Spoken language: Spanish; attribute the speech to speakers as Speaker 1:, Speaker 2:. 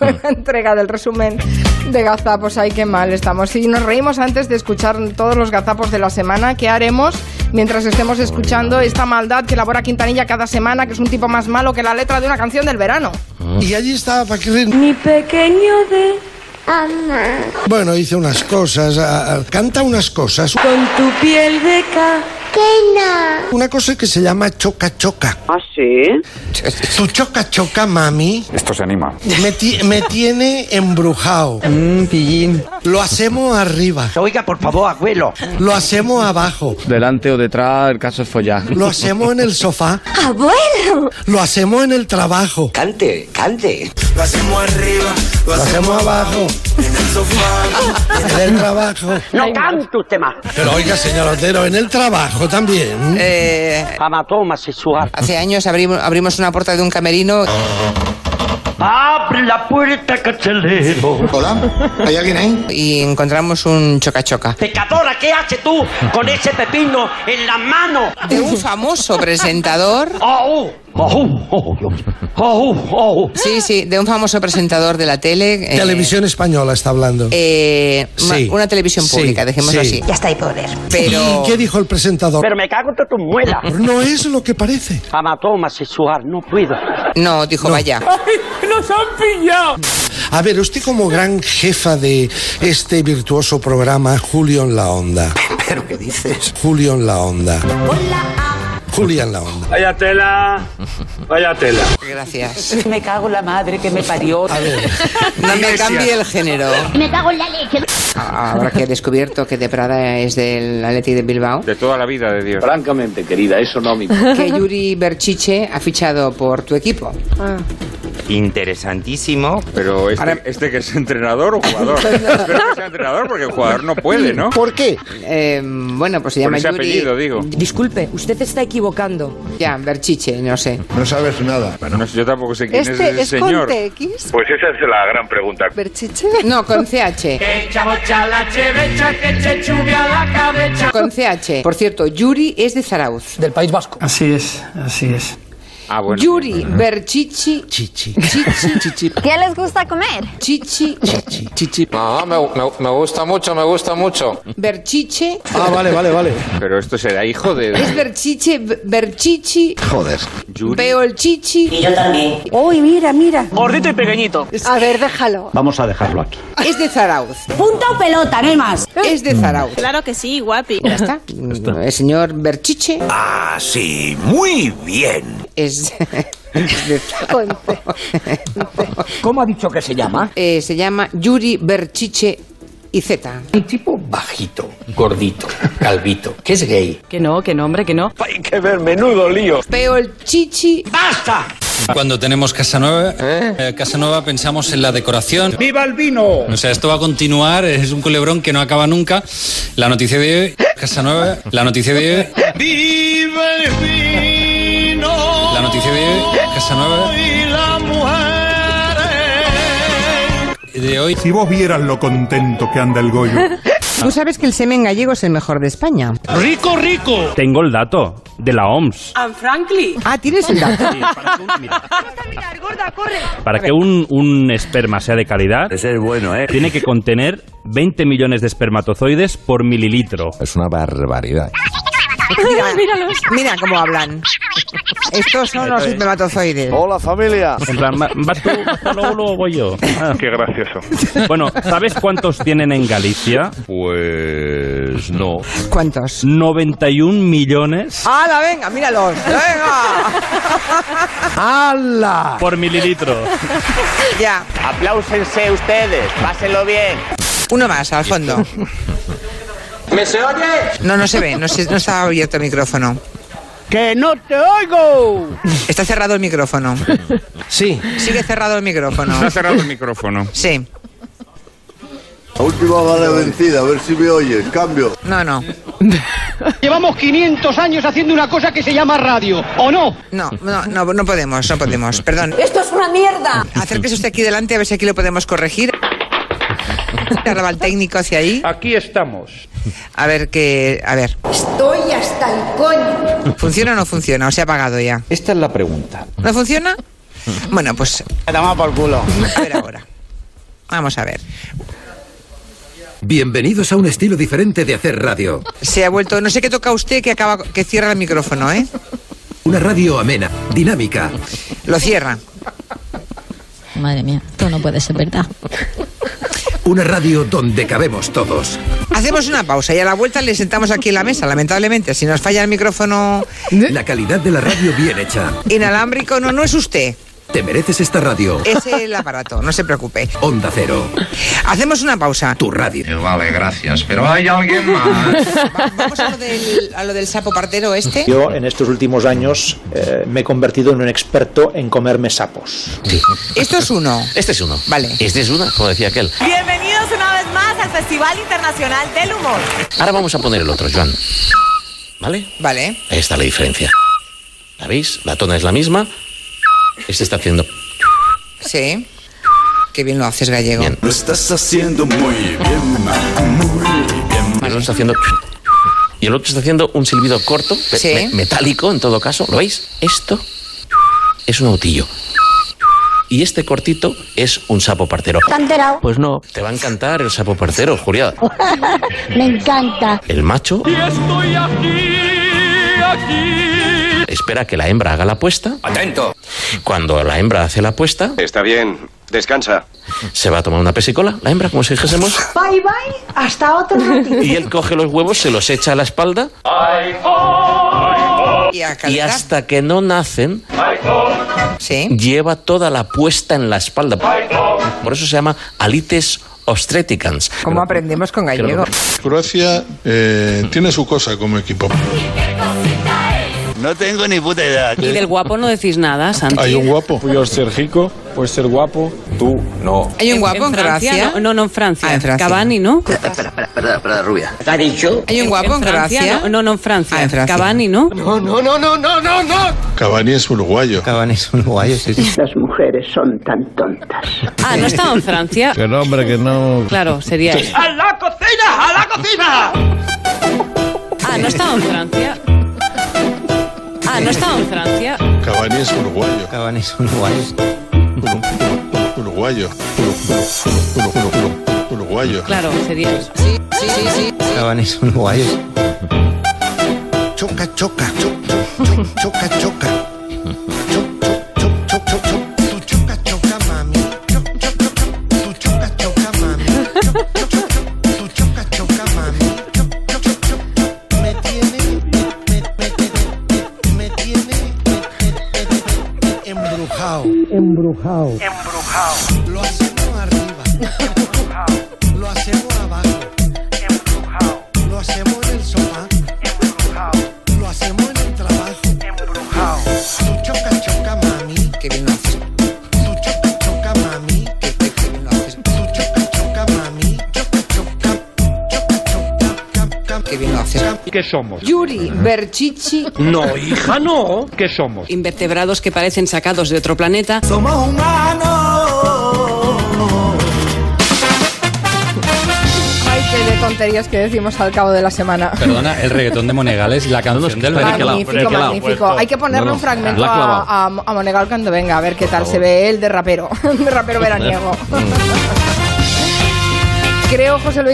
Speaker 1: nueva entrega del resumen de gazapos. Ay, qué mal estamos. Y nos reímos antes de escuchar todos los gazapos de la semana. ¿Qué haremos mientras estemos escuchando esta maldad que elabora Quintanilla cada semana, que es un tipo más malo que la letra de una canción del verano?
Speaker 2: Y allí estaba Paquirrín.
Speaker 3: Mi pequeño de
Speaker 2: Bueno, dice unas cosas, ah, ah, canta unas cosas.
Speaker 3: con tu piel de ca.
Speaker 2: Una cosa que se llama choca choca.
Speaker 4: ¿Ah, sí?
Speaker 2: Tu choca choca, mami,
Speaker 5: Esto se anima.
Speaker 2: me, ti- me tiene embrujado.
Speaker 6: Mmm, pillín.
Speaker 2: Lo hacemos arriba,
Speaker 6: Oiga, por favor, abuelo.
Speaker 2: lo hacemos abajo,
Speaker 7: Delante o detrás, el caso es follar.
Speaker 2: lo hacemos en el sofá,
Speaker 3: ¡Abuelo!
Speaker 2: lo hacemos en el trabajo,
Speaker 6: Cante, cante.
Speaker 2: lo hacemos abajo, en el trabajo.
Speaker 4: No canto usted más.
Speaker 2: Pero oiga, señor Otero, en el trabajo también.
Speaker 6: Eh,
Speaker 4: Amatoma sexual.
Speaker 6: hace años abrimos, abrimos una puerta de un camerino.
Speaker 4: Abre la puerta, cachelero.
Speaker 6: y encontramos un chocachoca.
Speaker 4: Pecadora, ¿qué haces tú con ese pepino en la mano?
Speaker 6: De un famoso presentador.
Speaker 4: Oh, oh, oh, oh, Dios mío. oh, oh, oh.
Speaker 6: Sí, sí, de un famoso presentador de la tele. eh,
Speaker 2: Televisión española está hablando.
Speaker 6: eh, ma-
Speaker 2: Sí.
Speaker 6: Una televisión
Speaker 2: Sí,
Speaker 6: pública, dejémoslo
Speaker 2: sí.
Speaker 6: así.
Speaker 3: Hasta ahí puedo ver.
Speaker 6: Pero.
Speaker 2: ¿Y qué dijo el presentador?
Speaker 4: Pero me cago en tu muela.
Speaker 2: No es lo que parece.
Speaker 4: Amatoma sexual, no puedo.
Speaker 6: No, dijo, vaya.
Speaker 2: A ver, usted como gran jefa de este virtuoso programa Julio en la Onda. ¿Pero qué dices? ah. Julio en la Onda. Julio en la Onda.
Speaker 8: Vaya tela, vaya tela.
Speaker 6: Gracias.
Speaker 9: Me cago en la madre que me parió.
Speaker 2: A ver,
Speaker 6: No me cambie el género.
Speaker 10: Me cago en la leche.
Speaker 5: Ah,
Speaker 6: Ahora que he descubierto que De Prada es del Atleti de Bilbao,
Speaker 5: De toda la vida de Dios.
Speaker 8: Francamente, querida, eso no me
Speaker 6: que Yuri Berchiche ha fichado por tu equipo.
Speaker 7: Interesantísimo.
Speaker 5: Pero este,
Speaker 6: Ahora-
Speaker 5: este que es entrenador o jugador. Espero que sea entrenador porque el jugador no puede, ¿no?
Speaker 2: ¿Por qué?
Speaker 6: Eh, bueno, pues se
Speaker 5: Por
Speaker 6: llama
Speaker 5: ese
Speaker 6: Yuri.
Speaker 5: apellido, digo.
Speaker 9: Disculpe, usted está equivocando.
Speaker 6: Ya, Berchiche, no sé.
Speaker 2: No sabes nada.
Speaker 5: No sé, yo tampoco sé quién es
Speaker 1: Este
Speaker 5: ese
Speaker 1: es con
Speaker 5: señor.
Speaker 1: TX,
Speaker 8: Pues esa es la gran pregunta.
Speaker 1: Berchiche.
Speaker 6: No, con CH. Con CH. Por cierto, Yuri es de Zarauz.
Speaker 9: Del País Vasco.
Speaker 8: Así es, así es.
Speaker 5: Ah, bueno.
Speaker 6: Yuri Berchichi. Chichi. Chichi. Chichi.
Speaker 10: ¿Qué les gusta comer?
Speaker 6: Chichi.
Speaker 7: No, me, gusta mucho, me gusta mucho.
Speaker 6: Berchiche.
Speaker 2: Ah, vale, vale, vale.
Speaker 5: Pero esto será hijo de...
Speaker 6: Es Berchiche. B- Berchichi.
Speaker 2: Joder.
Speaker 5: Yuri.
Speaker 6: Veo el chichi.
Speaker 3: ¡Uy, mira, mira!
Speaker 4: Gordito y pequeñito.
Speaker 1: A ver, déjalo.
Speaker 8: Vamos a dejarlo aquí.
Speaker 6: Es de Zarauz.
Speaker 3: ¡Punta o pelota, no hay más!
Speaker 6: Es
Speaker 8: Mm.
Speaker 6: de Zarauz.
Speaker 10: Claro que sí, guapi.
Speaker 6: Ya está. El señor Berchiche
Speaker 8: Así, Ah, muy bien.
Speaker 6: es. es de Zarauz.
Speaker 9: ¿Cómo ha dicho que se llama?
Speaker 6: Eh, se llama Yuri Berchiche y Z.
Speaker 8: Un tipo bajito, gordito, calvito, que es gay.
Speaker 9: Que no, que no, hombre, que no.
Speaker 8: Hay que ver, menudo lío.
Speaker 6: Veo el chichi.
Speaker 4: ¡Basta!
Speaker 8: Cuando tenemos Casanova, eh, Casanova pensamos en la decoración.
Speaker 5: ¡Viva el vino!
Speaker 8: O sea, esto va a continuar, es un culebrón que no acaba nunca. La noticia de hoy, Casanova, la noticia de hoy. ¡Viva el vino! La noticia de hoy, Casanova. De hoy.
Speaker 7: Si vos vieras lo contento que anda el Goyo.
Speaker 6: Tú sabes que el semen gallego es el mejor de España.
Speaker 8: ¡Rico, rico!
Speaker 7: Tengo el dato de la OMS.
Speaker 9: Anne Franklin.
Speaker 6: Ah, tienes el dato.
Speaker 7: Para que un, un esperma sea de calidad, es bueno, ¿eh? tiene que contener 20 millones de espermatozoides por mililitro.
Speaker 8: Es una barbaridad.
Speaker 6: Mira, mira cómo hablan. Estos son los espermatozoides.
Speaker 8: Hola familia.
Speaker 7: En plan, va- vas tú, luego, luego voy yo.
Speaker 5: Ah,
Speaker 7: Qué gracioso. Bueno, ¿sabes cuántos tienen en Galicia? Pues no.
Speaker 6: ¿Cuántos?
Speaker 7: 91 millones
Speaker 6: ¡Hala, venga, míralos! ¡Venga!
Speaker 2: ¡Hala!
Speaker 7: por mililitro.
Speaker 6: Ya,
Speaker 4: Apláusense ustedes, pásenlo bien.
Speaker 6: uno más, al fondo.
Speaker 4: ¿Me se oye?
Speaker 6: No, no se ve, no, se, no está abierto el micrófono.
Speaker 4: ¡Que no te oigo!
Speaker 6: Está cerrado el micrófono.
Speaker 2: Sí.
Speaker 6: Sigue cerrado el micrófono.
Speaker 5: Ha cerrado el micrófono.
Speaker 6: Sí.
Speaker 8: La última bala vencida, a ver si me oyes. Cambio.
Speaker 6: No, no.
Speaker 4: Llevamos 500 años haciendo una cosa que se llama radio, ¿o no?
Speaker 6: No, no, no, no podemos, no podemos. Perdón.
Speaker 3: ¡Esto es una mierda!
Speaker 6: Acérquese usted aquí delante a ver si aquí lo podemos corregir. Ahora va el técnico hacia ahí.
Speaker 5: Aquí estamos.
Speaker 6: A ver que... A ver.
Speaker 3: Estoy hasta el coño.
Speaker 6: ¿Funciona o no funciona? ¿O se ha apagado ya?
Speaker 8: Esta es la pregunta.
Speaker 6: ¿No funciona? Bueno, pues. La damos por culo. A ver ahora. Vamos a ver.
Speaker 11: Bienvenidos a un estilo diferente de hacer radio.
Speaker 6: Se ha vuelto. No sé qué toca usted que acaba que cierra el micrófono, ¿eh?
Speaker 11: Una radio amena, dinámica.
Speaker 6: Lo cierra.
Speaker 12: Madre mía, esto no puede ser verdad.
Speaker 11: Una radio donde cabemos todos.
Speaker 6: Hacemos una pausa y a la vuelta le sentamos aquí en la mesa, lamentablemente. Si nos falla el micrófono
Speaker 11: La calidad de la radio bien hecha.
Speaker 6: inalámbrico, no, no es usted.
Speaker 11: Te mereces esta radio.
Speaker 6: Es el aparato, no se preocupe.
Speaker 11: Onda Cero.
Speaker 6: Hacemos una pausa.
Speaker 11: Tu radio. Vale, gracias,
Speaker 13: pero hay alguien
Speaker 6: Va- Vamos a lo, del, a lo del sapo partero este.
Speaker 13: Yo en estos últimos años eh, me he convertido en un experto en comerme sapos.
Speaker 6: Esto es uno.
Speaker 14: Este es uno.
Speaker 6: Vale.
Speaker 14: Este es uno, como decía aquel.
Speaker 15: Bienvenidos una vez más al Festival Internacional del Humor.
Speaker 14: Ahora vamos a poner el otro, Joan. ¿Vale?
Speaker 6: Vale.
Speaker 14: Ahí está la diferencia. ¿La veis? La tona es la misma. Este está haciendo.
Speaker 6: Sí. Qué bien lo haces, gallego.
Speaker 14: Lo estás haciendo muy bien. El otro está haciendo. Y el otro está haciendo un silbido corto, pe-
Speaker 6: Sí.
Speaker 14: me- metálico en todo caso. ¿Lo veis? Esto es un autillo. Y este cortito es un sapo partero.
Speaker 16: ¿Te has enterado?
Speaker 14: Pues no, te va a encantar el sapo partero, Julia.
Speaker 16: Me encanta.
Speaker 14: El macho
Speaker 16: Y estoy aquí, aquí.
Speaker 14: espera que la hembra haga la apuesta. ¡Atento! Cuando la hembra hace la apuesta. Está bien, descansa. Se va a tomar una pesicola, la hembra, como si dijésemos.
Speaker 3: Bye bye, hasta otro ratito.
Speaker 14: Y él coge los huevos, se los echa a la espalda.
Speaker 6: Y,
Speaker 14: Y hasta que no nacen,
Speaker 6: Sí.
Speaker 14: lleva toda la puesta en la espalda. Por eso se llama alites obstetricans.
Speaker 6: ¿Cómo aprendemos con gallego?
Speaker 17: Croacia eh, tiene su cosa como equipo. No tengo ni puta idea.
Speaker 9: Y del guapo no decís nada, Santi.
Speaker 17: Eh, guapo. Puedo ser rico, puedes ser guapo, tú no.
Speaker 9: ¿Hay un guapo en,
Speaker 6: Francia?
Speaker 9: No, no, no, en Francia. Cavani, ¿no?
Speaker 14: Perdón, perdón, rubia.
Speaker 9: ¿Te ha dicho? ¿Hay un guapo en,
Speaker 6: Francia?
Speaker 9: No, no, no, en Francia. Cavani, ¿no? No, no, no, no, no, no, no.
Speaker 17: Cavani es uruguayo. Cavani es uruguayo, sí.
Speaker 18: Las mujeres son tan tontas.
Speaker 9: Ah, no estaba en Francia.
Speaker 17: Que no, hombre, que no.
Speaker 9: Claro, sería él.
Speaker 4: ¡A la cocina! ¡A la cocina!
Speaker 9: Ah, no estaba en Francia. Ah, no estaba en Francia.
Speaker 17: Cavani es uruguayo. Cavani es uruguayo. Uruguayo. Uru- uru- uru- Uruguayo.
Speaker 9: Claro, sería él.
Speaker 6: Sí, sí, sí.
Speaker 17: Cavani es uruguayo.
Speaker 2: Choca, choca, cho- cho- choca, choca. Cho- cho- cho- cho- cho- cho. Tú choca, choca, mami. Cho- cho- cho- cho. Tú choca, choca, mami. Cho- cho- cho- cho. Tú choca, choca, mami. Cho- cho- cho- cho. Me tiene, me- me- me- me tiene, me- me- me- me- embrujao. Embrujao. Lo hacemos arriba. Lo hacemos abajo. Lo hacemos en el sofá. Lo hacemos en el trabajo. Embrujado. Tú choca, choca, mami.
Speaker 6: Qué bien lo haces.
Speaker 2: Tú choca, choca, mami. Tú choca, choca, mami. Choca, choca.
Speaker 6: Qué bien lo haces.
Speaker 4: ¿Qué somos?
Speaker 9: Yuri Berchichi.
Speaker 4: No, hija, no. ¿Qué somos?
Speaker 9: Invertebrados que parecen sacados de otro planeta. Somos
Speaker 1: Ay, qué de tonterías que decimos al cabo de la semana.
Speaker 8: Perdona, el reggaetón de Monegales y la canción del verano.
Speaker 1: Magnífico, magnífico. Hay que ponerle
Speaker 8: No, no,
Speaker 1: un fragmento
Speaker 8: la ha
Speaker 1: a,
Speaker 8: clavado.
Speaker 1: a, a Monegal cuando venga, a ver qué tal
Speaker 8: Por
Speaker 1: se ve
Speaker 8: Mm.
Speaker 1: el de rapero, de rapero veraniego. Creo, José Luis,